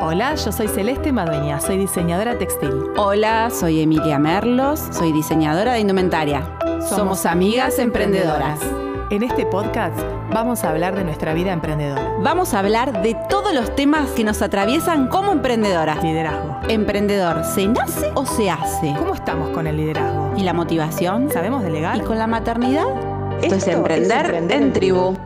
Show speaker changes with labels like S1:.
S1: Hola, yo soy Celeste Madueña, soy diseñadora textil.
S2: Hola, soy Emilia Merlos, soy diseñadora de indumentaria. Somos, amigas emprendedoras.
S1: En este podcast vamos a hablar de nuestra vida emprendedora,
S2: Vamos a hablar de todos los temas que nos atraviesan como emprendedoras.
S1: liderazgo.
S2: Emprendedor, ¿se nace o se hace?
S1: ¿Cómo estamos con el liderazgo?
S2: ¿Y la motivación?
S1: ¿Sabemos
S2: ¿Y
S1: delegar?
S2: con la maternidad?
S3: Esto es emprender en tribu.